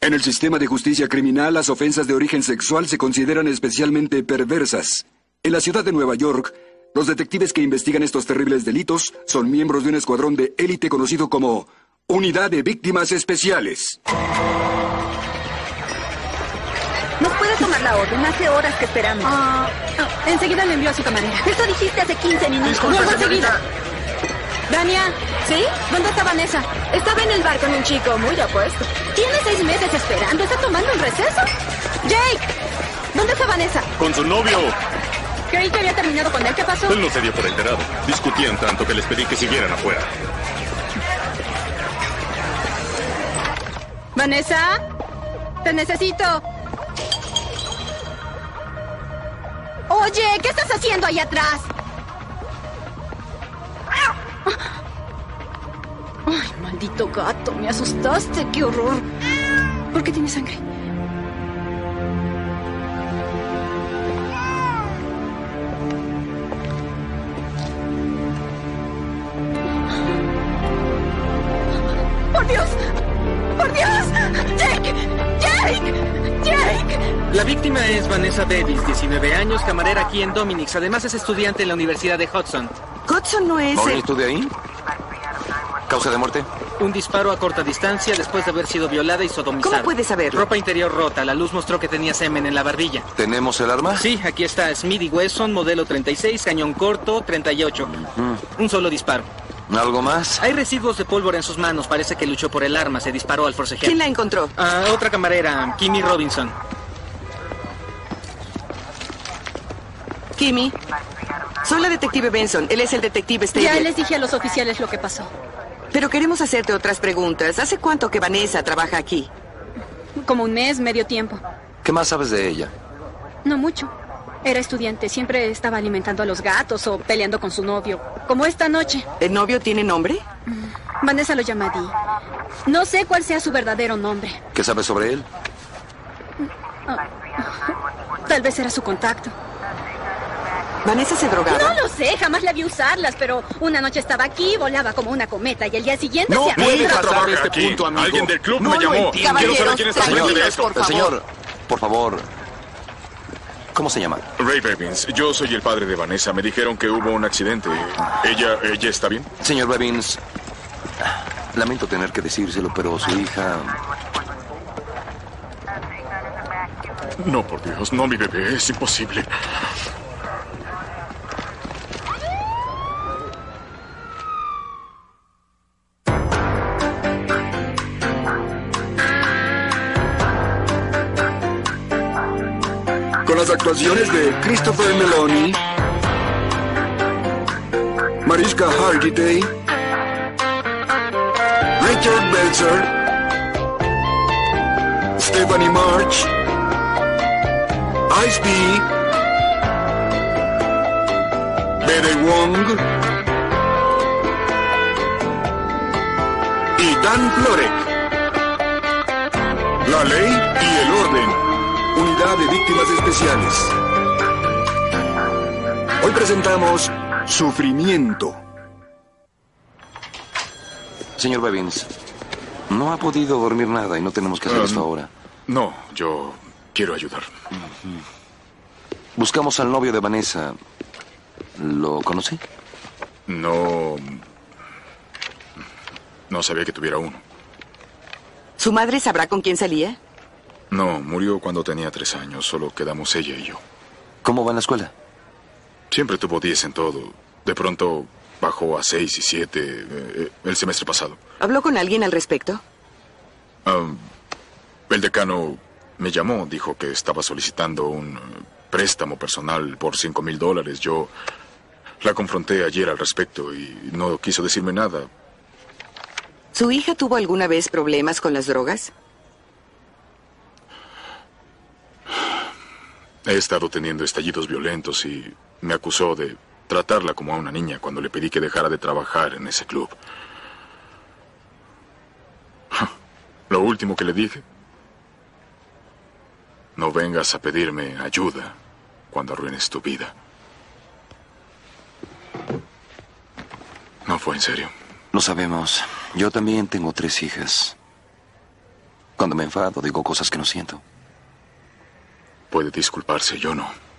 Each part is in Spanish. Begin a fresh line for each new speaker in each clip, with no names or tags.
En el sistema de justicia criminal, las ofensas de origen sexual se consideran especialmente perversas. En la ciudad de Nueva York, los detectives que investigan estos terribles delitos son miembros de un escuadrón de élite conocido como Unidad de Víctimas Especiales.
Nos puede tomar la orden. Hace horas que esperamos.
Ah, ah, enseguida le envió a su camarera.
Esto dijiste hace 15 minutos.
Luego enseguida. Dania, ¿sí? ¿Dónde está Vanessa?
Estaba en el bar con un chico muy apuesto.
Tiene seis meses esperando. ¿Está tomando un receso?
¡Jake!
¿Dónde está Vanessa?
Con su novio.
Creí que había terminado con él. ¿Qué pasó?
Él no se dio por enterado. Discutían tanto que les pedí que siguieran afuera.
Vanessa, te necesito.
Oye, ¿qué estás haciendo ahí atrás?
Ay, maldito gato, me asustaste, qué horror. ¿Por qué tiene sangre?
¡Por Dios! ¡Por Dios! ¡Jake! ¡Jake! ¡Jake!
La víctima es Vanessa Davis, 19 años, camarera aquí en Dominix. Además es estudiante en la Universidad de Hudson.
Hudson no es... el-
¿Morning tú de ahí? ¿Causa de muerte?
Un disparo a corta distancia después de haber sido violada y sodomizada.
¿Cómo puede saberlo?
Ropa interior rota. La luz mostró que tenía semen en la barbilla.
¿Tenemos el arma?
Sí, aquí está Smithy Wesson, modelo 36, cañón corto, 38. Un solo disparo.
¿Algo más?
Hay residuos de pólvora en sus manos. Parece que luchó por el arma. Se disparó al forcejear.
¿Quién la encontró?
Ah, otra camarera, Kimmy Robinson.
Kimmy. Soy la detective Benson. Él es el detective
Ya
Steyer.
les dije a los oficiales lo que pasó.
Pero queremos hacerte otras preguntas. ¿Hace cuánto que Vanessa trabaja aquí?
Como un mes, medio tiempo.
¿Qué más sabes de ella?
No mucho. Era estudiante, siempre estaba alimentando a los gatos o peleando con su novio. Como esta noche.
¿El novio tiene nombre?
Vanessa lo llama Dee. No sé cuál sea su verdadero nombre.
¿Qué sabes sobre él?
Tal vez era su contacto.
¿Vanessa se drogaba?
No lo sé, jamás la vi usarlas, pero una noche estaba aquí, volaba como una cometa y el día siguiente
No
se
puede
arregló.
pasar.
Trabaja
este
aquí.
punto, amigo.
Alguien del club
No
me
lo
llamó.
entiendo.
Quiero saber quién está al frente de
Caballeros,
esto.
Por favor.
Señor, por favor. ¿Cómo se llama?
Ray Bevins, yo soy el padre de Vanessa. Me dijeron que hubo un accidente. ¿Ella, ella está bien?
Señor Bevins, lamento tener que decírselo, pero su hija...
No, por Dios, no, mi bebé, es imposible.
Con las actuaciones de Christopher Meloni, Mariska Hargitay, Richard Belzer, Stephanie March, Ice P, Bede Wong y Dan Florek. La ley y el orden. Unidad de Víctimas Especiales. Hoy presentamos Sufrimiento.
Señor Bevins, no ha podido dormir nada y no tenemos que hacer
Um,
esto ahora.
No, yo quiero ayudar.
Buscamos al novio de Vanessa. ¿Lo conoce?
No. No sabía que tuviera uno.
¿Su madre sabrá con quién salía?
No, murió cuando tenía tres años. Solo quedamos ella y yo.
¿Cómo va en la escuela?
Siempre tuvo diez en todo. De pronto bajó a seis y siete eh, el semestre pasado.
¿Habló con alguien al respecto?
Am, el decano me llamó, dijo que estaba solicitando un eh, préstamo personal por cinco mil dólares. Yo la confronté ayer al respecto y no quiso decirme nada.
¿Su hija tuvo alguna vez problemas con las drogas?
He estado teniendo estallidos violentos y me acusó de tratarla como a una niña cuando le pedí que dejara de trabajar en ese club. Lo último que le dije. No vengas a pedirme ayuda cuando arruines tu vida. No fue en serio.
Lo sabemos. Yo también tengo tres hijas. Cuando me enfado, digo cosas que no siento.
Puede disculparse, yo no.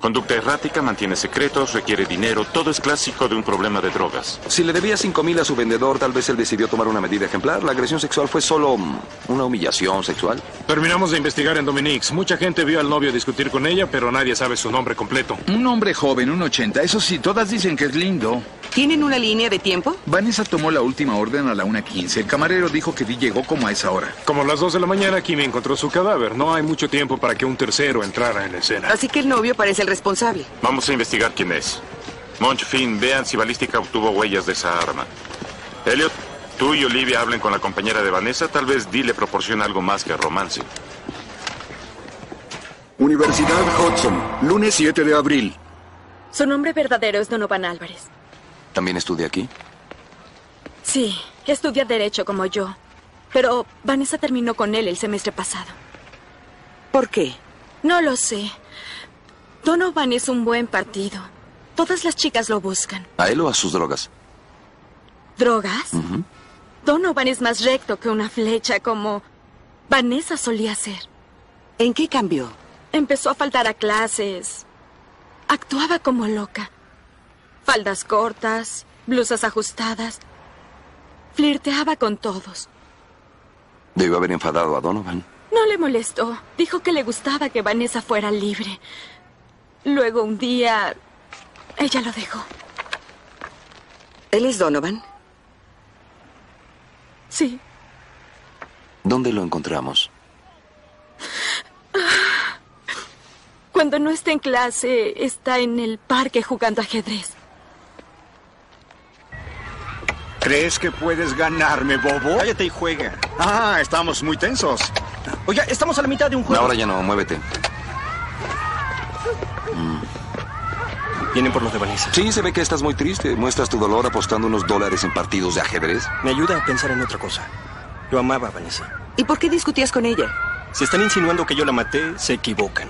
Conducta errática, mantiene secretos, requiere dinero, todo es clásico de un problema de drogas.
Si le debía 5 mil a su vendedor, tal vez él decidió tomar una medida ejemplar. La agresión sexual fue solo mm, una humillación sexual.
Terminamos de investigar en Dominix. Mucha gente vio al novio discutir con ella, pero nadie sabe su nombre completo.
Un hombre joven, un 80. Eso sí, todas dicen que es lindo.
¿Tienen una línea de tiempo?
Vanessa tomó la última orden a la 1.15. El camarero dijo que Dee llegó como a esa hora.
Como a las 2 de la mañana, Kim encontró su cadáver. No hay mucho tiempo para que un tercero entrara en la escena.
Así que el novio parece el responsable.
Vamos a investigar quién es. Monch, Finn, vean si Balística obtuvo huellas de esa arma. Elliot, tú y Olivia hablen con la compañera de Vanessa. Tal vez Dee le proporciona algo más que romance.
Universidad Hudson, lunes 7 de abril.
Su nombre verdadero es Donovan Álvarez.
¿También estudia aquí?
Sí, estudia Derecho como yo. Pero Vanessa terminó con él el semestre pasado.
¿Por qué?
No lo sé. Donovan es un buen partido. Todas las chicas lo buscan.
¿A él o a sus drogas?
¿Drogas?
Ujú.
Donovan es más recto que una flecha, como Vanessa solía ser.
¿En qué cambió?
Empezó a faltar a clases. Actuaba como loca. Faldas cortas, blusas ajustadas. Flirteaba con todos.
Debió haber enfadado a Donovan.
No le molestó. Dijo que le gustaba que Vanessa fuera libre. Luego un día... Ella lo dejó.
¿Él es Donovan?
Sí.
¿Dónde lo encontramos?
Ah. Cuando no está en clase, está en el parque jugando ajedrez.
¿Crees que puedes ganarme, bobo? Cállate y juega. Ah, estamos muy tensos. Oye, estamos a la mitad de un
Pues-
juego.
Ahora ya no, muévete.
Mm. Vienen por los de Vanessa.
Sí, se ve que estás muy triste. Muestras tu dolor apostando unos dólares en partidos de ajedrez.
Me ayuda a pensar en otra cosa. Yo amaba a Vanessa.
¿Y por qué discutías con ella?
Si están insinuando que yo la maté, se equivocan.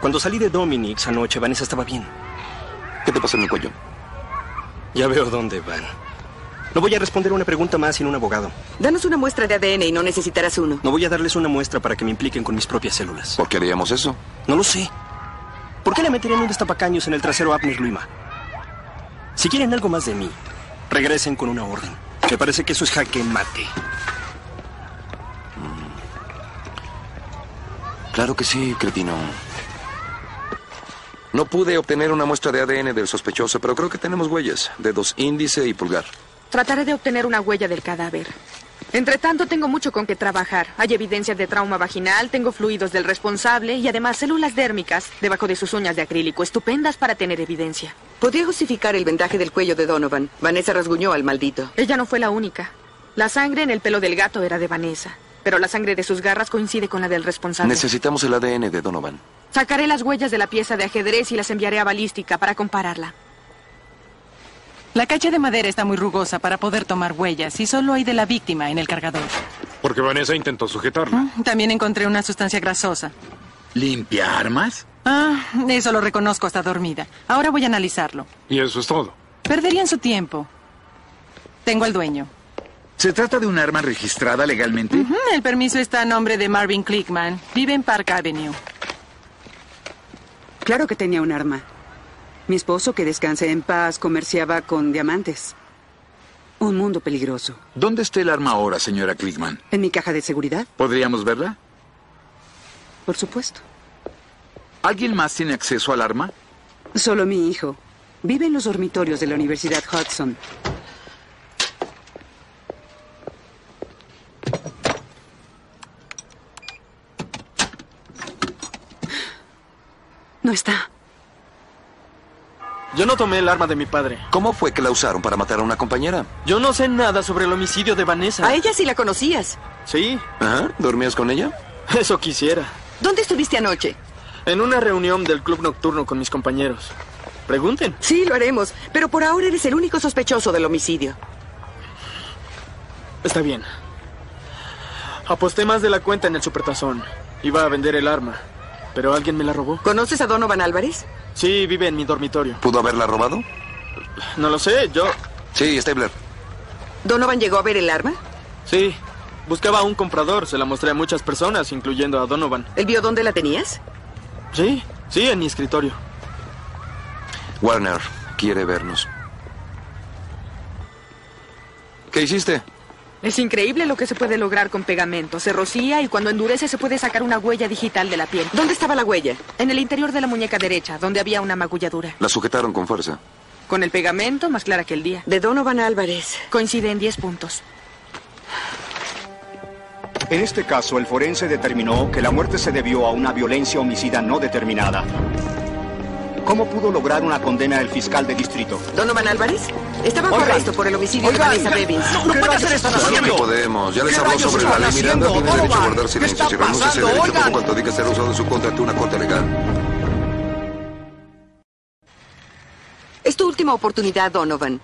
Cuando salí de Dominix anoche, Vanessa estaba bien.
¿Qué te pasa en el cuello?
Ya veo dónde van. No voy a responder una pregunta más sin un abogado.
Danos una muestra de ADN y no necesitarás uno.
No voy a darles una muestra para que me impliquen con mis propias células.
¿Por qué haríamos eso?
No lo sé. ¿Por qué le meterían un destapacaños en el trasero a Abner Luima? Si quieren algo más de mí, regresen con una orden. Me parece que eso es jaque mate.
Claro que sí, cretino. No pude obtener una muestra de ADN del sospechoso, pero creo que tenemos huellas. Dedos índice y pulgar.
Trataré de obtener una huella del cadáver. Entre tanto, tengo mucho con qué trabajar. Hay evidencias de trauma vaginal, tengo fluidos del responsable y además células dérmicas debajo de sus uñas de acrílico, estupendas para tener evidencia.
Podría justificar el vendaje del cuello de Donovan. Vanessa rasguñó al maldito.
Ella no fue la única. La sangre en el pelo del gato era de Vanessa, pero la sangre de sus garras coincide con la del responsable.
Necesitamos el ADN de Donovan.
Sacaré las huellas de la pieza de ajedrez y las enviaré a balística para compararla.
La caja de madera está muy rugosa para poder tomar huellas y solo hay de la víctima en el cargador.
Porque Vanessa intentó sujetarla.
¿Ah?
También encontré una sustancia grasosa.
¿Limpia armas?
Ah, eso lo reconozco hasta dormida. Ahora voy a analizarlo.
Y eso es todo.
Perderían su tiempo. Tengo al dueño.
¿Se trata de un arma registrada legalmente?
Ujú, El permiso está a nombre de Marvin Klickman. Vive en Park Avenue.
Claro que tenía un arma. Mi esposo, que descanse en paz, comerciaba con diamantes. Un mundo peligroso.
¿Dónde está el arma ahora, señora Klickman?
¿En mi caja de seguridad?
¿Podríamos verla?
Por supuesto.
¿Alguien más tiene acceso al arma?
Solo mi hijo. Vive en los dormitorios de la Universidad Hudson. No está.
Yo no tomé el arma de mi padre.
¿Cómo fue que la usaron para matar a una compañera?
Yo no sé nada sobre el homicidio de Vanessa.
A ella sí la conocías.
Sí,
Ajá, ¿Dormías con ella?
eso quisiera.
¿Dónde estuviste anoche?
En una reunión del club nocturno con mis compañeros. Pregunten.
Sí, lo haremos, pero por ahora eres el único sospechoso del homicidio.
Está bien. Aposté más de la cuenta en el supertazón. Iba a vender el arma, pero alguien me la robó.
¿Conoces a Donovan Álvarez?
Sí, vive en mi dormitorio.
¿Pudo haberla robado?
No lo sé, yo...
Sí, Stabler.
¿Donovan llegó a ver el arma?
Sí, buscaba a un comprador, se la mostré a muchas personas, incluyendo a Donovan.
¿Él vio dónde la tenías?
Sí, sí, en mi escritorio.
Warner quiere vernos. ¿Qué hiciste?
Es increíble lo que se puede lograr con pegamento. Se rocía y cuando endurece se puede sacar una huella digital de la piel.
¿Dónde estaba la huella?
En el interior de la muñeca derecha, donde había una magulladura.
La sujetaron con fuerza.
Con el pegamento, más clara que el día.
De Donovan Álvarez.
Coincide en 10 puntos.
En este caso, el forense determinó que la muerte se debió a una violencia homicida no determinada. ¿Cómo pudo lograr una condena el fiscal de distrito?
¿Donovan Álvarez? Estaba por arresto por el homicidio
Oigan,
de Vanessa
¿qué-
Bevins.
no- no ¿Qué puede rayos hacer esto, están
Claro que podemos. Ya les habló sobre la ley Miranda. Tiene derecho a guardar silencio. Si renuncia a ese derecho, como cuanto diga será usado en su contra ante una corte legal.
Es tu última oportunidad, Donovan.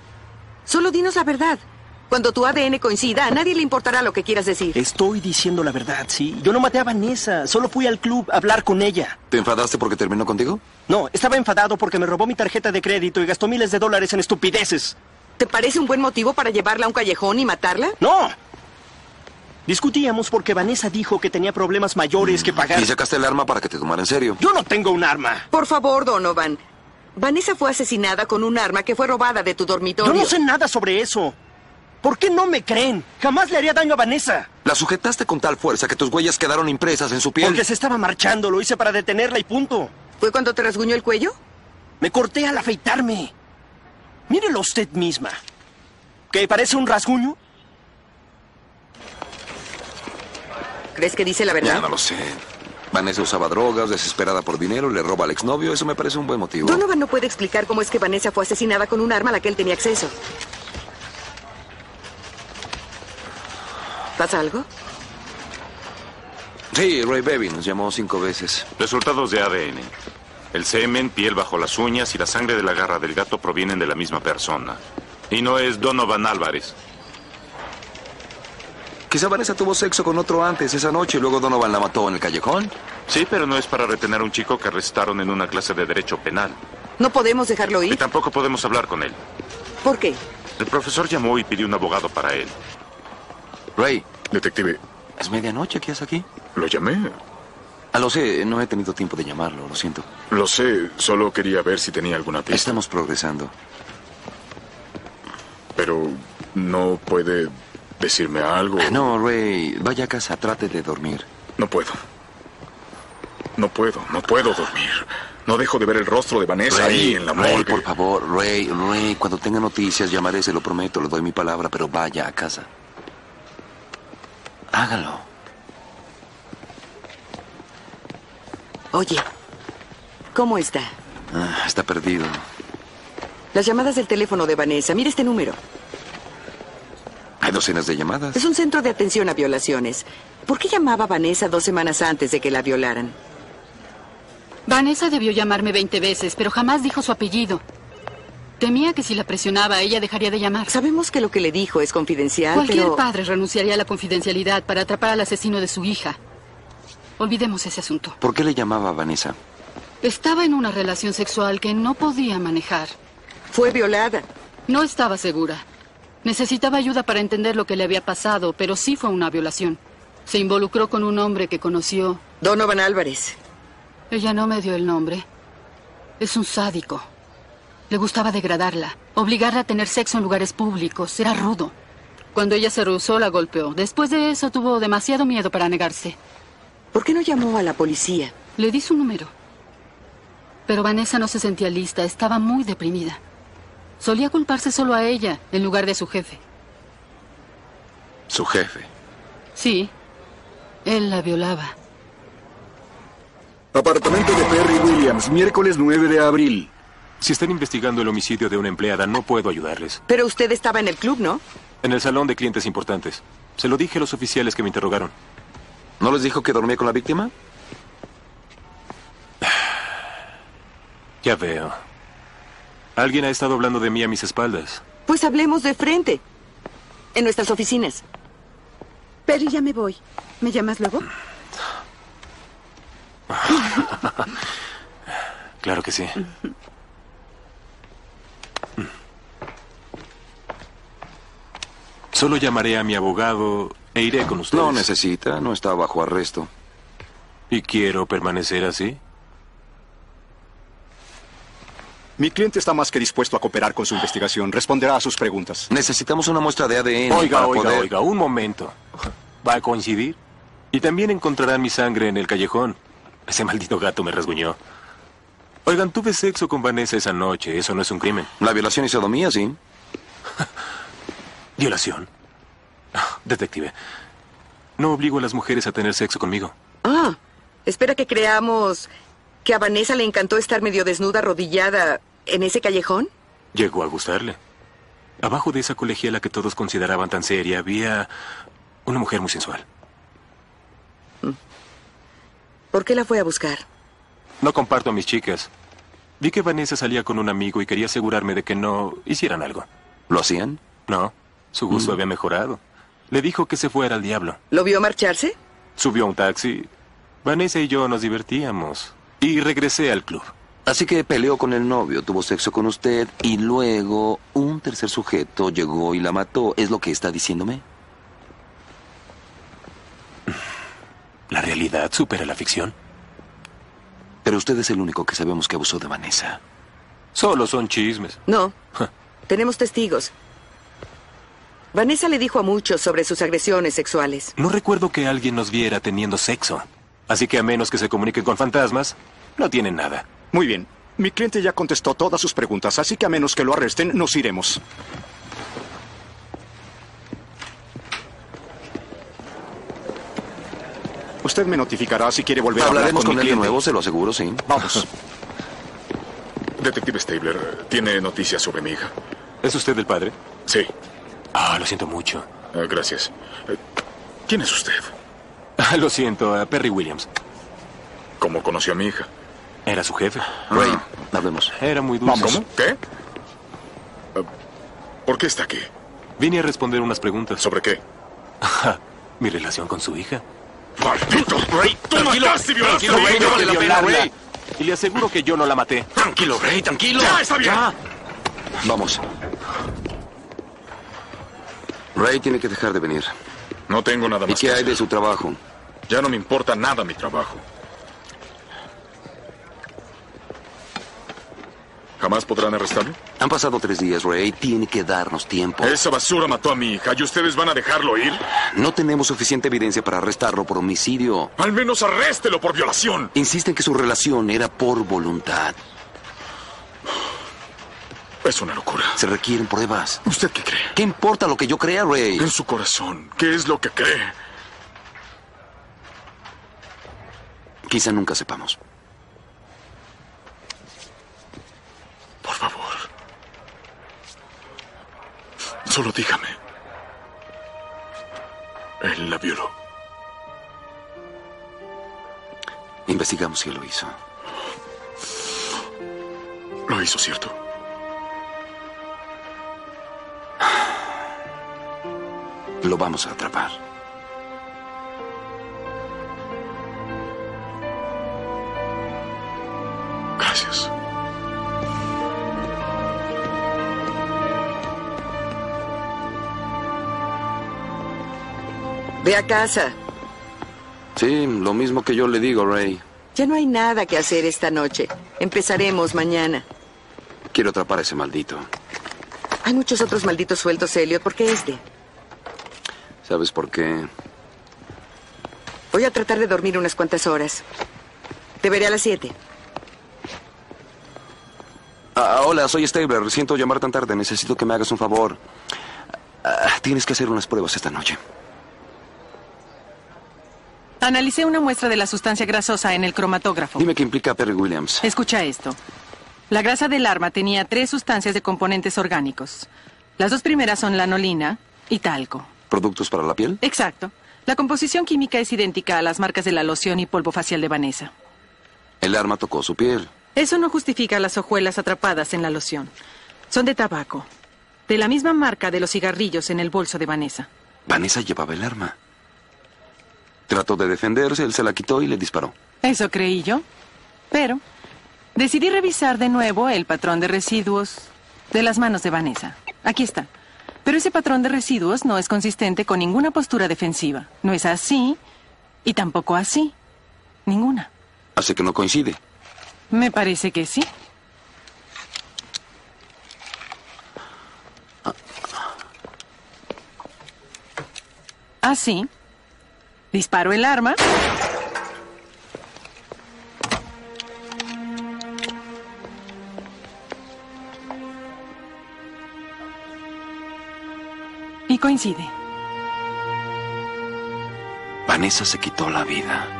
Solo dinos la verdad. Cuando tu ADN coincida, a nadie le importará lo que quieras decir.
Estoy diciendo la verdad, sí. Yo no maté a Vanessa, solo fui al club a hablar con ella.
¿Te enfadaste porque terminó contigo?
No, estaba enfadado porque me robó mi tarjeta de crédito y gastó miles de dólares en estupideces.
¿Te parece un buen motivo para llevarla a un callejón y matarla?
¡No! Discutíamos porque Vanessa dijo que tenía problemas mayores que pagar.
Y sacaste el arma para que te tomara en serio.
Yo no tengo un arma.
Por favor, Donovan. Vanessa fue asesinada con un arma que fue robada de tu dormitorio.
Yo no sé nada sobre eso. ¿Por qué no me creen? Jamás le haría daño a Vanessa.
La sujetaste con tal fuerza que tus huellas quedaron impresas en su piel.
Porque se estaba marchando, lo hice para detenerla y punto.
¿Fue cuando te rasguñó el cuello?
Me corté al afeitarme. Mírelo usted misma. ¿Que parece un rasguño?
¿Crees que dice la verdad?
Ya no lo sé. Vanessa usaba drogas, desesperada por dinero, le roba al exnovio. Eso me parece un buen motivo.
Donovan no puede explicar cómo es que Vanessa fue asesinada con un arma a la que él tenía acceso. ¿Pasa algo?
Sí, Ray Bevy nos llamó cinco veces.
Resultados de ADN. El semen, piel bajo las uñas y la sangre de la garra del gato provienen de la misma persona. Y no es Donovan Álvarez.
Quizá Vanessa tuvo sexo con otro antes esa noche y luego Donovan la mató en el callejón.
Sí, pero no es para retener a un chico que arrestaron en una clase de derecho penal.
No podemos dejarlo
Y
ir.
tampoco podemos hablar con él.
¿Por qué?
El profesor llamó y pidió un abogado para él.
Ray.
Detective.
Es medianoche, ¿qué haces aquí?
Lo llamé.
Ah, lo sé, no he tenido tiempo de llamarlo, lo siento.
Lo sé, solo quería ver si tenía alguna pista.
Estamos progresando.
Pero no puede decirme algo.
Ah, No, Ray, vaya a casa, trate de dormir.
No puedo. No puedo, no puedo dormir. No dejo de ver el rostro de Vanessa ahí en la
Ray,
morgue.
por favor, Ray, Ray, cuando tenga noticias llamaré, se lo prometo, le doy mi palabra, pero vaya a casa. Hágalo.
Oye, ¿cómo está?
Ah, está perdido.
Las llamadas del teléfono de Vanessa. Mira este número.
Hay docenas de llamadas.
Es un centro de atención a violaciones. ¿Por qué llamaba a Vanessa dos semanas antes de que la violaran?
Vanessa debió llamarme 20 veces, pero jamás dijo su apellido. Temía que si la presionaba, ella dejaría de llamar.
Sabemos que lo que le dijo es confidencial,
Cualquier
pero...
padre renunciaría a la confidencialidad para atrapar al asesino de su hija. Olvidemos ese asunto.
¿Por qué le llamaba a Vanessa?
Estaba en una relación sexual que no podía manejar.
Fue violada.
No estaba segura. Necesitaba ayuda para entender lo que le había pasado, pero sí fue una violación. Se involucró con un hombre que conoció.
Donovan Álvarez.
Ella no me dio el nombre. Es un sádico. Le gustaba degradarla, obligarla a tener sexo en lugares públicos. Era rudo. Cuando ella se rehusó, la golpeó. Después de eso, tuvo demasiado miedo para negarse.
¿Por qué no llamó a la policía?
Le di su número. Pero Vanessa no se sentía lista, estaba muy deprimida. Solía culparse solo a ella, en lugar de a su jefe.
Su jefe.
Sí, él la violaba.
Apartamento de Perry Williams, miércoles 9 de abril.
Si están investigando el homicidio de una empleada, no puedo ayudarles.
Pero usted estaba en el club, ¿no?
En el salón de clientes importantes. Se lo dije a los oficiales que me interrogaron.
¿No les dijo que dormía con la víctima?
Ya veo. Alguien ha estado hablando de mí a mis espaldas.
Pues hablemos de frente. En nuestras oficinas.
Perry, ya me voy. ¿Me llamas luego?
Claro que sí. Solo llamaré a mi abogado e iré con ustedes.
No necesita, no está bajo arresto.
¿Y quiero permanecer así?
Mi cliente está más que dispuesto a cooperar con su investigación. Responderá a sus preguntas.
Necesitamos una muestra de ADN
Oiga,
para
oiga,
poder...
oiga, un momento. ¿Va a coincidir? Y también encontrarán mi sangre en el callejón. Ese maldito gato me rasguñó. Oigan, tuve sexo con Vanessa esa noche. Eso no es un crimen.
La violación y sodomía, sí.
¿Violación? Detective, no obligo a las mujeres a tener sexo conmigo.
Ah, espera que creamos que a Vanessa le encantó estar medio desnuda, arrodillada en ese callejón.
Llegó a gustarle. Abajo de esa colegiala que todos consideraban tan seria había una mujer muy sensual.
¿Por qué la fue a buscar?
No comparto a mis chicas. Vi que Vanessa salía con un amigo y quería asegurarme de que no hicieran algo.
¿Lo hacían? Mm.
No, su gusto había mejorado. Le dijo que se fuera al diablo.
¿Lo vio marcharse?
Subió a un taxi. Vanessa y yo nos divertíamos. Y regresé al club.
Así que peleó con el novio, tuvo sexo con usted y luego un tercer sujeto llegó y la mató. ¿Es lo que está diciéndome?
La realidad supera la ficción.
Pero usted es el único que sabemos que abusó de Vanessa.
Solo son chismes.
No.
Ja.
Tenemos testigos. Vanessa le dijo a muchos sobre sus agresiones sexuales.
No recuerdo que alguien nos viera teniendo sexo. Así que a menos que se comuniquen con fantasmas, no tienen nada.
Muy bien. Mi cliente ya contestó todas sus preguntas, así que a menos que lo arresten, nos iremos. Usted me notificará si quiere volver a hablar
Hablaremos
con,
con
mi
él de
cliente.
nuevo, se lo aseguro, sí.
Vamos.
Detective Stabler, ¿tiene noticias sobre mi hija?
¿Es usted el padre?
Sí.
Ah, lo siento mucho.
Ah, gracias. Eh, ¿Quién es usted?
Lo siento, a Perry Williams.
¿Cómo conoció a mi hija?
Era su jefe.
Ray, hablemos.
Ah. Era muy dulce.
¿Cómo? ¿Qué? Ah, ¿Por qué está aquí?
Vine a responder unas preguntas.
¿Sobre qué?
Mi relación con su hija.
¡Maldito Ray! ¡Tú mataste y violaste a mi hija!
no vale
Violarla.
violarla. Y le aseguro que yo no la maté.
Tranquilo, Ray, tranquilo. Ya está bien.
Vamos. Ray tiene que dejar de venir.
No tengo nada
¿Y
más.
qué hay de su trabajo?
Ya no me importa nada mi trabajo. ¿Jamás podrán arrestarme?
Han pasado tres días, Ray. Tiene que darnos tiempo.
Esa basura mató a mi hija y ustedes van a dejarlo ir.
No tenemos suficiente evidencia para arrestarlo por homicidio.
Al menos arréstelo por violación.
Insisten que su relación era por voluntad.
Es una locura.
Se requieren pruebas.
¿Usted qué cree?
¿Qué importa lo que yo crea, Ray?
En su corazón, ¿qué es lo que cree?
Quizá nunca sepamos.
Por favor. Solo dígame. Él la violó.
Investigamos si lo hizo.
Lo hizo, ¿cierto?
Lo vamos a atrapar.
Gracias.
Ve a casa.
Sí, lo mismo que yo le digo, Ray.
Ya no hay nada que hacer esta noche. Empezaremos mañana.
Quiero atrapar a ese maldito.
Hay muchos otros malditos sueltos, Elliot. ¿Por qué este?
¿Sabes por qué?
Voy a tratar de dormir unas cuantas horas. Te veré a las 7.
Ah, hola, soy Stabler. Siento llamar tan tarde. Necesito que me hagas un favor. Ah, tienes que hacer unas pruebas esta noche.
Analicé una muestra de la sustancia grasosa en el cromatógrafo.
Dime qué implica Perry Williams.
Escucha esto. La grasa del arma tenía tres sustancias de componentes orgánicos. Las dos primeras son lanolina y talco.
¿Productos para la piel?
Exacto. La composición química es idéntica a las marcas de la loción y polvo facial de Vanessa.
El arma tocó su piel.
Eso no justifica las hojuelas atrapadas en la loción. Son de tabaco. De la misma marca de los cigarrillos en el bolso de Vanessa.
Vanessa llevaba el arma. Trató de defenderse, él se la quitó y le disparó.
Eso creí yo. Pero decidí revisar de nuevo el patrón de residuos de las manos de Vanessa. Aquí está. Pero ese patrón de residuos no es consistente con ninguna postura defensiva. No es así y tampoco así. Ninguna.
Así que no coincide.
Me parece que sí. Así. Ah, Disparo el arma. Y coincide.
Vanessa se quitó la vida.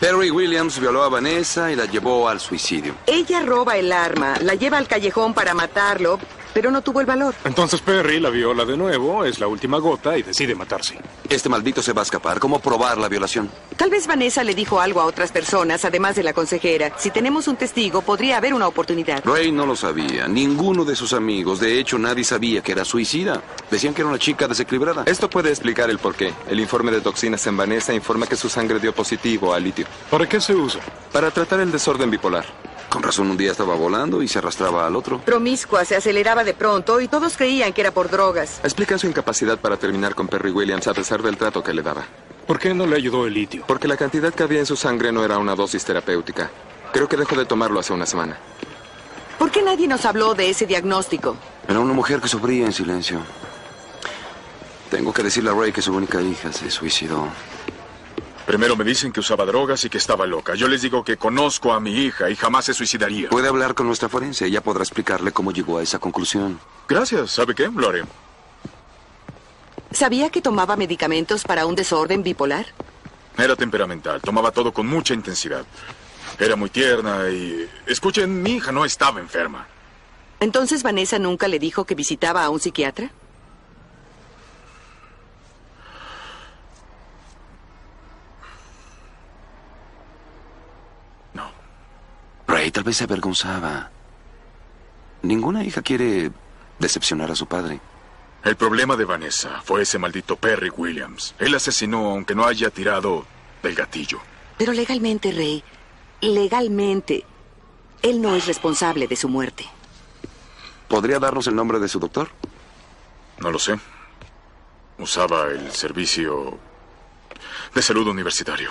Terry Williams violó a Vanessa y la llevó al suicidio.
Ella roba el arma, la lleva al callejón para matarlo, pero no tuvo el valor.
Entonces Perry la viola de nuevo, es la última gota y decide matarse.
Este maldito se va a escapar. ¿Cómo probar la violación?
Tal vez Vanessa le dijo algo a otras personas, además de la consejera. Si tenemos un testigo, podría haber una oportunidad.
Ray no lo sabía, ninguno de sus amigos, de hecho nadie sabía que era suicida. Decían que era una chica desequilibrada.
Esto puede explicar el porqué. El informe de toxinas en Vanessa informa que su sangre dio positivo a litio.
¿Para qué se usa?
Para tratar el desorden bipolar.
Con razón un día estaba volando y se arrastraba al otro.
Promiscua, se aceleraba de pronto y todos creían que era por drogas.
Explica su incapacidad para terminar con Perry Williams a pesar del trato que le daba.
¿Por qué no le ayudó el litio?
Porque la cantidad que había en su sangre no era una dosis terapéutica. Creo que dejó de tomarlo hace una semana.
¿Por qué nadie nos habló de ese diagnóstico?
Era una mujer que sufría en silencio. Tengo que decirle a Ray que su única hija se suicidó.
Primero me dicen que usaba drogas y que estaba loca. Yo les digo que conozco a mi hija y jamás se suicidaría.
Puede hablar con nuestra forense, ella podrá explicarle cómo llegó a esa conclusión.
Gracias, ¿sabe qué? Lo haré.
¿Sabía que tomaba medicamentos para un desorden bipolar?
Era temperamental, tomaba todo con mucha intensidad. Era muy tierna y... Escuchen, mi hija no estaba enferma.
¿Entonces Vanessa nunca le dijo que visitaba a un psiquiatra?
Ray tal vez se avergonzaba. Ninguna hija quiere decepcionar a su padre.
El problema de Vanessa fue ese maldito Perry Williams. Él asesinó aunque no haya tirado del gatillo.
Pero legalmente, Rey, legalmente, él no es responsable de su muerte.
¿Podría darnos el nombre de su doctor?
No lo sé. Usaba el servicio de salud universitario.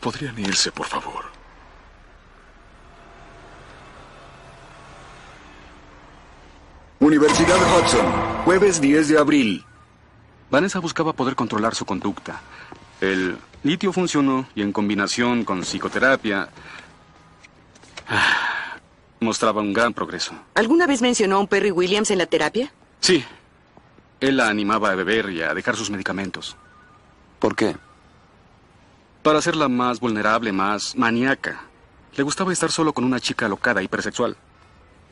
¿Podrían irse, por favor?
Universidad Hudson, jueves 10 de abril.
Vanessa buscaba poder controlar su conducta. El litio funcionó y en combinación con psicoterapia ah, mostraba un gran progreso.
¿Alguna vez mencionó a un Perry Williams en la terapia?
Sí. Él la animaba a beber y a dejar sus medicamentos.
¿Por qué?
Para hacerla más vulnerable, más maníaca. Le gustaba estar solo con una chica alocada, hipersexual.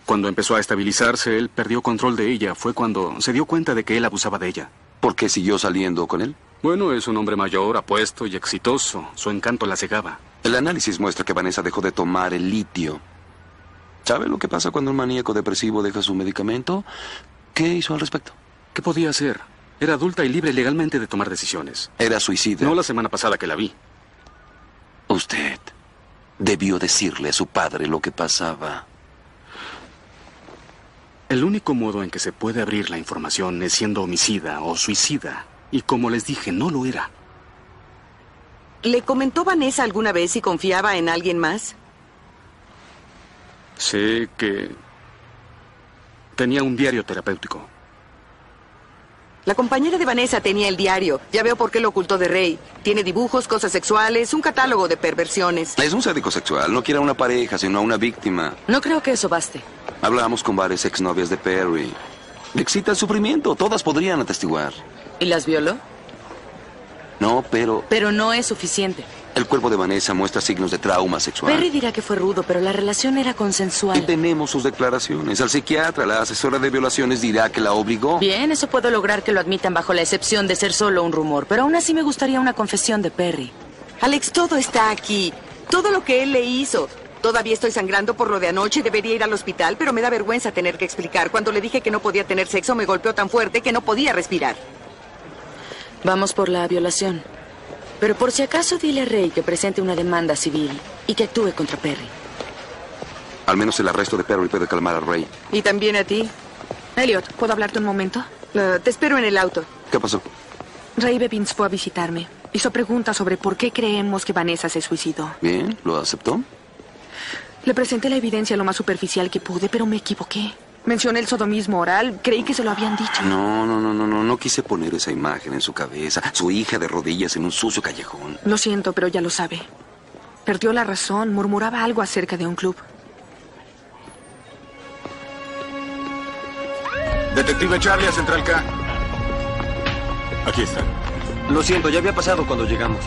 Cuando empezó a estabilizarse, él perdió control de ella. Fue cuando se dio cuenta de que él abusaba de ella.
¿Por qué siguió saliendo con él?
Bueno, es un hombre mayor, apuesto y exitoso. Su encanto la cegaba.
El análisis muestra que Vanessa dejó de tomar el litio. ¿Sabe lo que pasa cuando un maníaco depresivo deja su medicamento? ¿Qué hizo al respecto?
¿Qué podía hacer? Era adulta y libre legalmente de tomar decisiones.
Era suicida.
No la semana pasada que la vi.
Usted debió decirle a su padre lo que pasaba.
El único modo en que se puede abrir la información es siendo homicida o suicida. Y como les dije, no lo era.
¿Le comentó Vanessa alguna vez si confiaba en alguien más?
Sé que tenía un diario terapéutico.
La compañera de Vanessa tenía el diario. Ya veo por qué lo ocultó de Rey. Tiene dibujos, cosas sexuales, un catálogo de perversiones.
Es un sádico sexual. No quiere a una pareja, sino a una víctima.
No creo que eso baste.
Hablamos con varias exnovias de Perry. Le excita el sufrimiento. Todas podrían atestiguar.
¿Y las violó?
No, pero...
Pero no es suficiente.
El cuerpo de Vanessa muestra signos de trauma sexual.
Perry dirá que fue rudo, pero la relación era consensual.
Y tenemos sus declaraciones. Al psiquiatra, la asesora de violaciones dirá que la obligó.
Bien, eso puedo lograr que lo admitan bajo la excepción de ser solo un rumor, pero aún así me gustaría una confesión de Perry.
Alex, todo está aquí. Todo lo que él le hizo. Todavía estoy sangrando por lo de anoche y debería ir al hospital, pero me da vergüenza tener que explicar. Cuando le dije que no podía tener sexo, me golpeó tan fuerte que no podía respirar.
Vamos por la violación. Pero por si acaso dile a Rey que presente una demanda civil y que actúe contra Perry.
Al menos el arresto de Perry puede calmar a Ray.
Y también a ti.
Elliot, ¿puedo hablarte un momento?
te espero en el auto.
¿Qué pasó?
Ray Bevins fue a visitarme. Hizo preguntas sobre por qué creemos que Vanessa se suicidó.
Bien, ¿lo aceptó?
Le presenté la evidencia lo más superficial que pude, pero me equivoqué. Mencioné el sodomismo oral, creí que se lo habían dicho.
No, no, no, no, no, no quise poner esa imagen en su cabeza. Su hija de rodillas en un sucio callejón.
Lo siento, pero ya lo sabe. Perdió la razón, murmuraba algo acerca de un club.
Detective Charlie a Central K.
Aquí está.
Lo siento, ya había pasado cuando llegamos.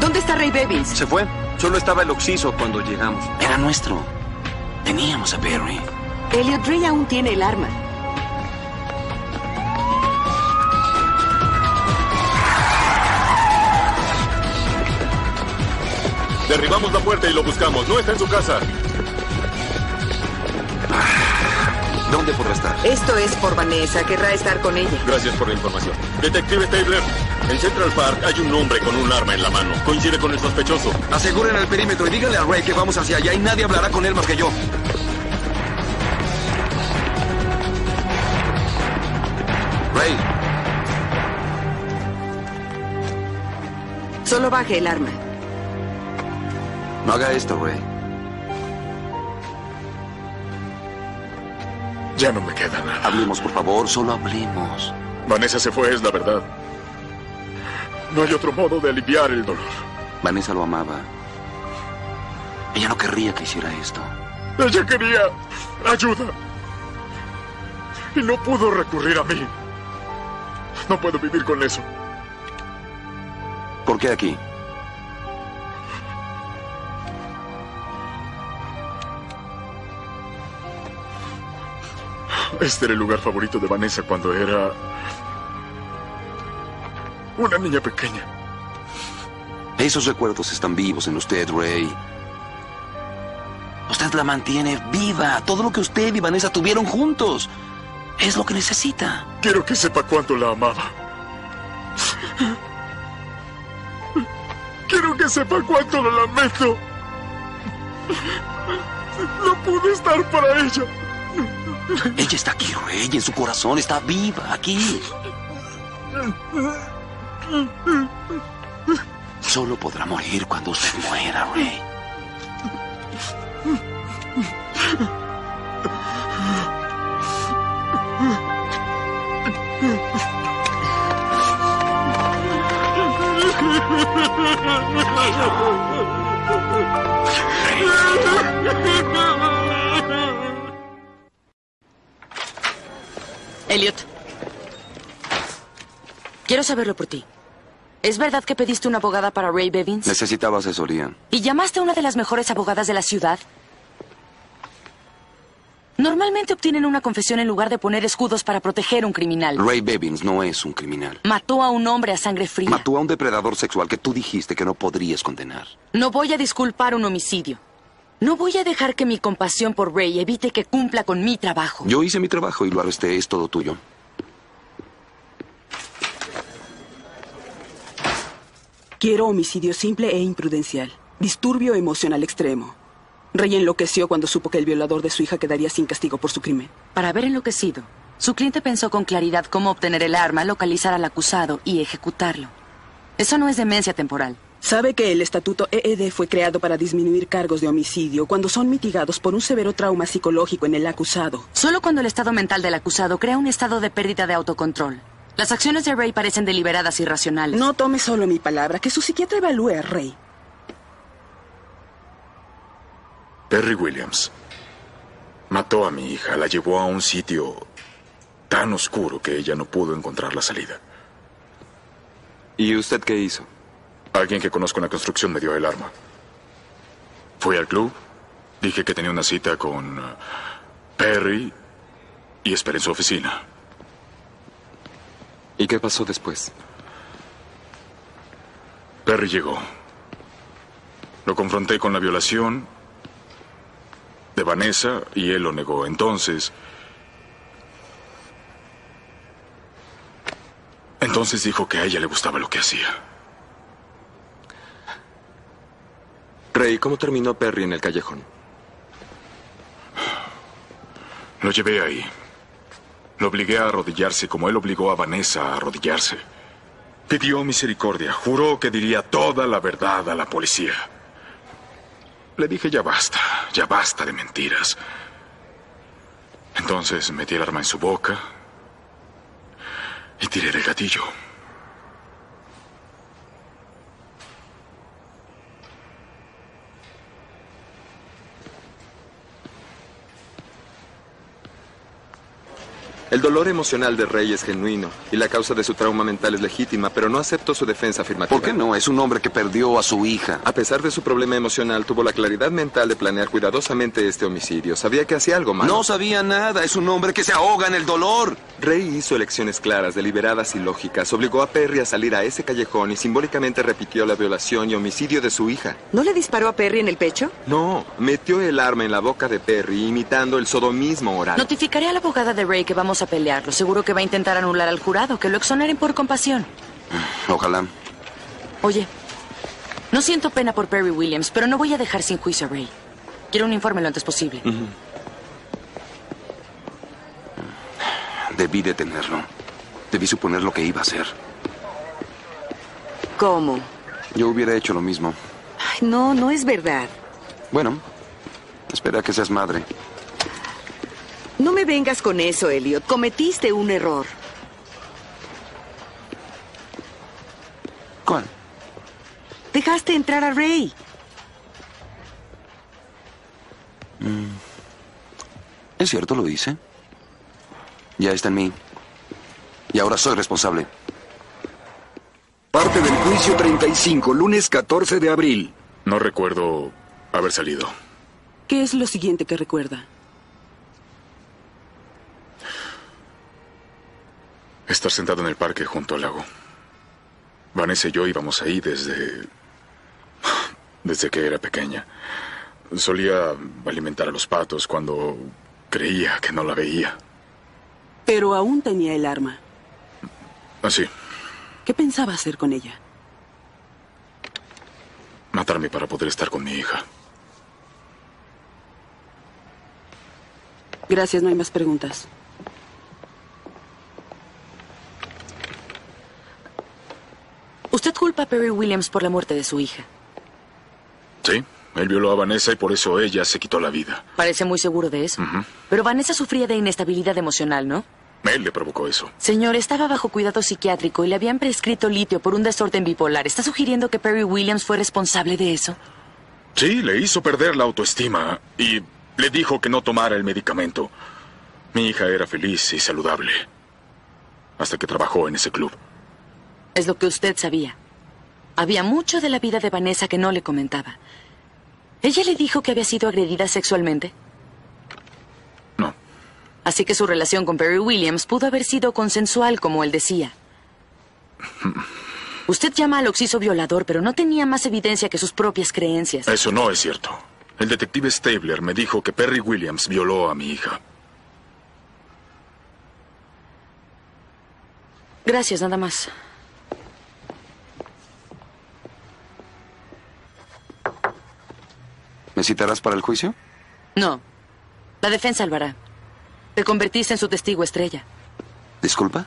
¿Dónde está Ray Bevins?
Se fue. Solo estaba el oxiso cuando llegamos.
Era nuestro. Teníamos a Perry.
Elliot Ray aún tiene el arma.
Derribamos la puerta y lo buscamos. No está en su casa.
¿Dónde podrá estar?
Esto es por Vanessa. Querrá estar con ella.
Gracias por la información. Detective Taylor, en Central Park hay un hombre con un arma en la mano. Coincide con el sospechoso.
Aseguren el perímetro y díganle a Ray que vamos hacia allá y nadie hablará con él más que yo.
Ray,
Solo baje el arma.
no haga esto, Ray.
Ya no me queda nada.
Hablemos, por favor, solo hablemos.
Vanessa se fue, es la verdad. No hay otro modo de aliviar el dolor.
Vanessa lo amaba. Ella no querría que hiciera esto.
Ella quería ayuda. Y no pudo recurrir a mí. No puedo vivir con eso.
¿Por qué aquí?
Este era el lugar favorito de Vanessa cuando era una niña pequeña.
Esos recuerdos están vivos en usted, Ray. Usted la mantiene viva. Todo lo que usted y Vanessa tuvieron juntos es lo que necesita.
Quiero que sepa cuánto la amaba. Quiero que sepa cuánto lo lamento. No pude estar para ella.
Ella está aquí, Ray, en su corazón. Está viva, aquí. Solo podrá morir cuando usted muera, Ray.
Elliot. Quiero saberlo por ti. ¿Es verdad que pediste una abogada para Ray Bevins?
Necesitaba asesoría.
¿Y llamaste a una de las mejores abogadas de la ciudad? Normalmente obtienen una confesión en lugar de poner escudos para proteger a un criminal.
Ray Bevins no es un criminal.
Mató a un hombre a sangre fría.
Mató a un depredador sexual que tú dijiste que no podrías condenar.
No voy a disculpar un homicidio. No voy a dejar que mi compasión por Ray evite que cumpla con mi trabajo.
Yo hice mi trabajo y lo arresté. Es todo tuyo.
Quiero homicidio simple e imprudencial. Disturbio emocional extremo. Rey enloqueció cuando supo que el violador de su hija quedaría sin castigo por su crimen.
Para haber enloquecido, su cliente pensó con claridad cómo obtener el arma, localizar al acusado y ejecutarlo. Eso no es demencia temporal.
Sabe que el estatuto EED fue creado para disminuir cargos de homicidio cuando son mitigados por un severo trauma psicológico en el acusado.
Solo cuando el estado mental del acusado crea un estado de pérdida de autocontrol. Las acciones de Ray parecen deliberadas y racionales.
No tome solo mi palabra, que su psiquiatra evalúe a Rey.
Perry Williams mató a mi hija, la llevó a un sitio tan oscuro que ella no pudo encontrar la salida.
¿Y usted qué hizo?
Alguien que conozco en la construcción me dio el arma. Fui al club, dije que tenía una cita con eh, Perry y esperé en su oficina.
¿Y qué pasó después?
Perry llegó. Lo confronté con la violación de Vanessa y él lo negó. Entonces, Entonces dijo que a ella le gustaba lo que hacía.
Rey, ¿cómo terminó Perry en el callejón?
Lo llevé ahí. Lo obligué a arrodillarse como él obligó a Vanessa a arrodillarse. Pidió misericordia, juró que diría toda la verdad a la policía. Le dije, ya basta, ya basta de mentiras. Entonces metí el arma en su boca y tiré del gatillo.
El dolor emocional de Rey es genuino y la causa de su trauma mental es legítima, pero no acepto su defensa afirmativa.
¿Por qué no? Es un hombre que perdió a su hija.
A pesar de su problema emocional, tuvo la claridad mental de planear cuidadosamente este homicidio. Sabía que hacía algo malo.
No sabía nada. Es un hombre que se ahoga en el dolor.
Rey hizo elecciones claras, deliberadas y lógicas. Obligó a Perry a salir a ese callejón y simbólicamente repitió la violación y homicidio de su hija.
¿No le disparó a Perry en el pecho?
No, metió el arma en la boca de Perry, imitando el sodomismo oral.
Notificaré a la abogada de Ray que vamos a pelearlo. Seguro que va a intentar anular al jurado, que lo exoneren por compasión.
Ojalá.
Oye, no siento pena por Perry Williams, pero no voy a dejar sin juicio a Ray. Quiero un informe lo antes posible.
Debí detenerlo. Debí suponer lo que iba a hacer.
¿Cómo?
Yo hubiera hecho lo mismo.
Ay, no, no es verdad.
Bueno, espera a que seas madre.
No me vengas con eso, Elliot. Cometiste un error.
¿Cuál?
Dejaste entrar a Ray.
Mm. Es cierto, lo hice. Ya está en mí. Y ahora soy responsable.
Parte del juicio 35, lunes 14 de abril.
No recuerdo haber salido.
¿Qué es lo siguiente que recuerda?
Estar sentado en el parque junto al lago. Vanessa y yo íbamos ahí desde... desde que era pequeña. Solía alimentar a los patos cuando creía que no la veía.
Pero aún tenía el arma.
Así,
¿Qué pensaba hacer con ella?
matarme para poder estar con mi hija.
Gracias, no hay más preguntas.
Usted culpa a Perry Williams por la muerte de su hija.
Sí, él violó a Vanessa y por eso ella se quitó la vida.
Parece muy seguro de eso.
Ujú.
Pero Vanessa sufría de inestabilidad emocional, ¿no?
Él le provocó eso.
Señor, estaba bajo cuidado psiquiátrico y le habían prescrito litio por un desorden bipolar. ¿Está sugiriendo que Perry Williams fue responsable de eso?
Sí, le hizo perder la autoestima y le dijo que no tomara el medicamento. Mi hija era feliz y saludable. Hasta que trabajó en ese club.
Es lo que usted sabía. Había mucho de la vida de Vanessa que no le comentaba. ¿Ella le dijo que había sido agredida sexualmente? No. Así que su relación con Perry Williams pudo haber sido consensual, como él decía. Usted llama al occiso violador, pero no tenía más evidencia que sus propias creencias.
Eso no es cierto. El detective Stabler me dijo que Perry Williams violó a mi hija.
Gracias, nada más.
¿Me citarás para el juicio?
No. La defensa lo hará. Te convertiste en su testigo estrella.
Disculpa.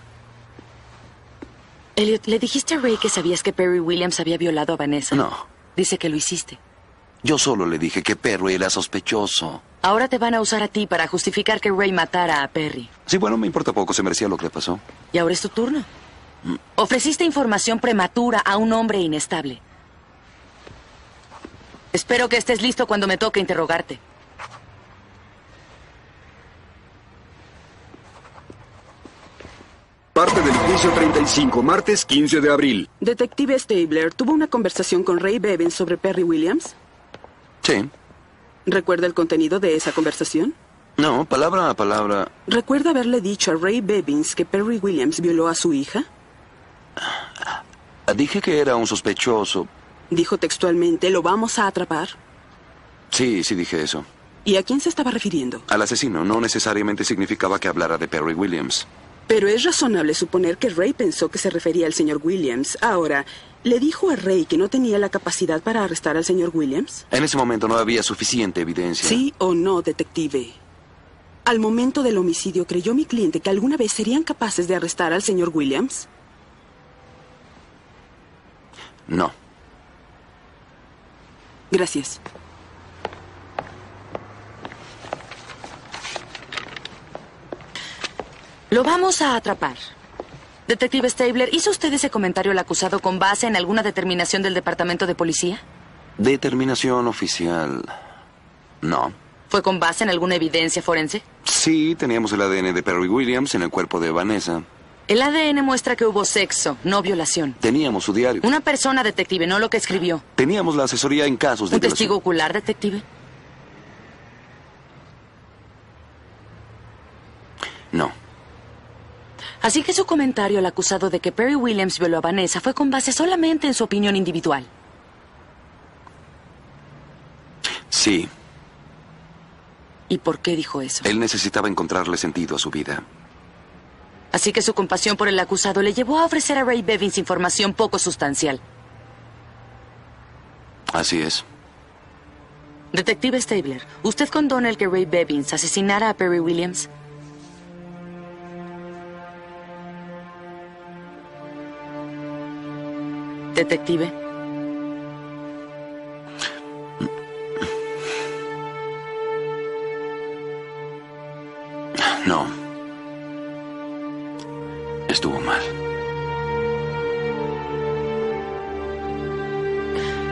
Elliot, ¿le dijiste a Ray que sabías que Perry Williams había violado a Vanessa?
No.
Dice que lo hiciste.
Yo solo le dije que Perry era sospechoso.
Ahora te van a usar a ti para justificar que Ray matara a Perry.
Sí, bueno, me importa poco. Se merecía lo que le pasó.
Y ahora es tu turno. Ofreciste información prematura a un hombre inestable. Espero que estés listo cuando me toque interrogarte.
Parte del juicio 35, martes 15 de abril.
Detective Stabler, ¿tuvo una conversación con Ray Bevan sobre Perry Williams?
Sí.
¿Recuerda el contenido de esa conversación?
No, palabra a palabra.
¿Recuerda haberle dicho a Ray Bevins que Perry Williams violó a su hija?
Dije que era un sospechoso.
Dijo textualmente, lo vamos a atrapar.
Sí, sí dije eso.
¿Y a quién se estaba refiriendo?
Al asesino no necesariamente significaba que hablara de Perry Williams.
Pero es razonable suponer que Ray pensó que se refería al señor Williams. Ahora, ¿le dijo a Ray que no tenía la capacidad para arrestar al señor Williams?
En ese momento no había suficiente evidencia.
Sí o no, detective. Al momento del homicidio, ¿creyó mi cliente que alguna vez serían capaces de arrestar al señor Williams?
No.
Gracias.
Lo vamos a atrapar. Detective Stabler, ¿hizo usted ese comentario al acusado con base en alguna determinación del Departamento de Policía?
Determinación oficial. No.
¿Fue con base en alguna evidencia forense?
Sí, teníamos el ADN de Perry Williams en el cuerpo de Vanessa.
El ADN muestra que hubo sexo, no violación.
Teníamos su diario.
Una persona, detective, no lo que escribió.
Teníamos la asesoría en casos de
¿Un
violación.
testigo ocular, detective?
No.
Así que su comentario al acusado de que Perry Williams violó a Vanessa fue con base solamente en su opinión individual.
Sí,
¿Y por qué dijo eso?
él necesitaba encontrarle sentido a su vida.
Así que su compasión por el acusado le llevó a ofrecer a Ray Bevins información poco sustancial.
Así es.
Detective Stabler, ¿usted condona el que Ray Bevins asesinara a Perry Williams? Detective,
No. Estuvo mal.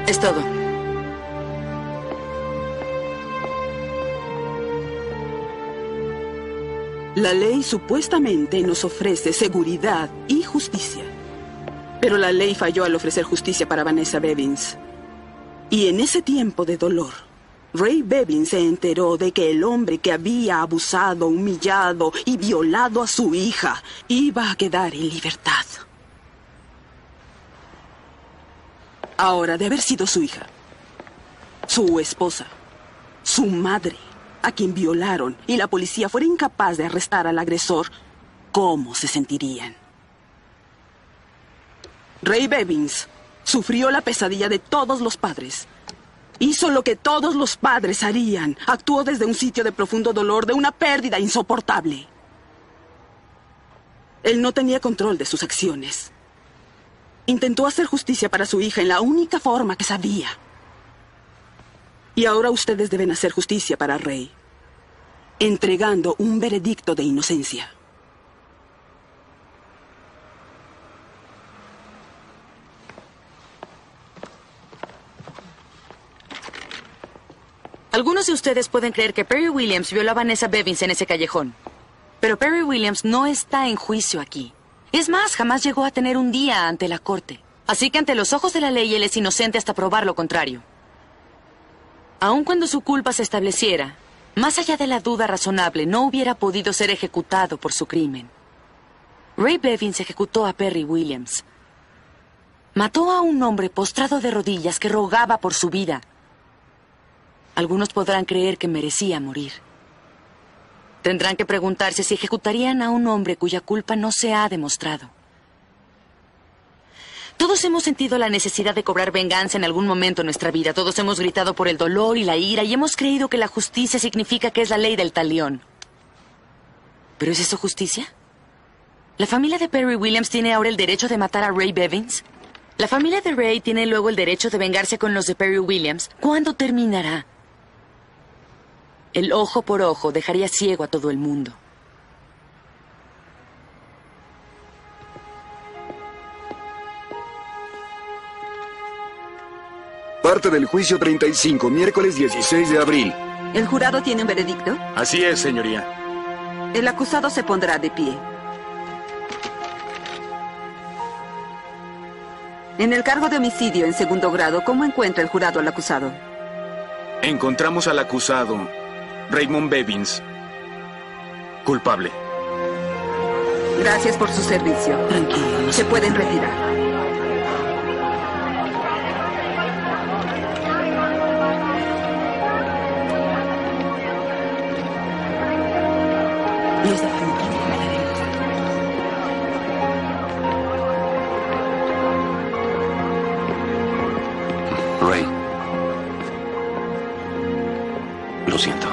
es todo.
La ley supuestamente nos ofrece seguridad y justicia. Pero la ley falló al ofrecer justicia para Vanessa Bevins. Y en ese tiempo de dolor, Ray Bevins se enteró de que el hombre que había abusado, humillado y violado a su hija iba a quedar en libertad. Ahora, de haber sido su hija, su esposa, su madre, a quien violaron, y la policía fuera incapaz de arrestar al agresor, ¿cómo se sentirían? Ray Bevins sufrió la pesadilla de todos los padres. Hizo lo que todos los padres harían. Actuó desde un sitio de profundo dolor, de una pérdida insoportable. Él no tenía control de sus acciones. Intentó hacer justicia para su hija en la única forma que sabía. Y ahora ustedes deben hacer justicia para Rey, entregando un veredicto de inocencia.
Algunos de ustedes pueden creer que Perry Williams violó a Vanessa Bevins en ese callejón. Pero Perry Williams no está en juicio aquí. Es más, jamás llegó a tener un día ante la corte. Así que ante los ojos de la ley él es inocente hasta probar lo contrario. Aun cuando su culpa se estableciera, más allá de la duda razonable, no hubiera podido ser ejecutado por su crimen. Ray Bevins ejecutó a Perry Williams. Mató a un hombre postrado de rodillas que rogaba por su vida. Algunos podrán creer que merecía morir. Tendrán que preguntarse si ejecutarían a un hombre cuya culpa no se ha demostrado. Todos hemos sentido la necesidad de cobrar venganza en algún momento en nuestra vida. Todos hemos gritado por el dolor y la ira y hemos creído que la justicia significa que es la ley del talión. ¿Pero es eso justicia? ¿La familia de Perry Williams tiene ahora el derecho de matar a Ray Bevins? ¿La familia de Ray tiene luego el derecho de vengarse con los de Perry Williams? ¿Cuándo terminará? El ojo por ojo dejaría ciego a todo el mundo.
Parte del juicio 35, miércoles 16 de abril.
¿El jurado tiene un veredicto?
Así es, señoría.
El acusado se pondrá de pie. En el cargo de homicidio en segundo grado, ¿cómo encuentra el jurado al acusado?
Encontramos al acusado, Raymond Bevins, culpable.
Gracias por su servicio. Se pueden retirar.
Ray. Lo siento.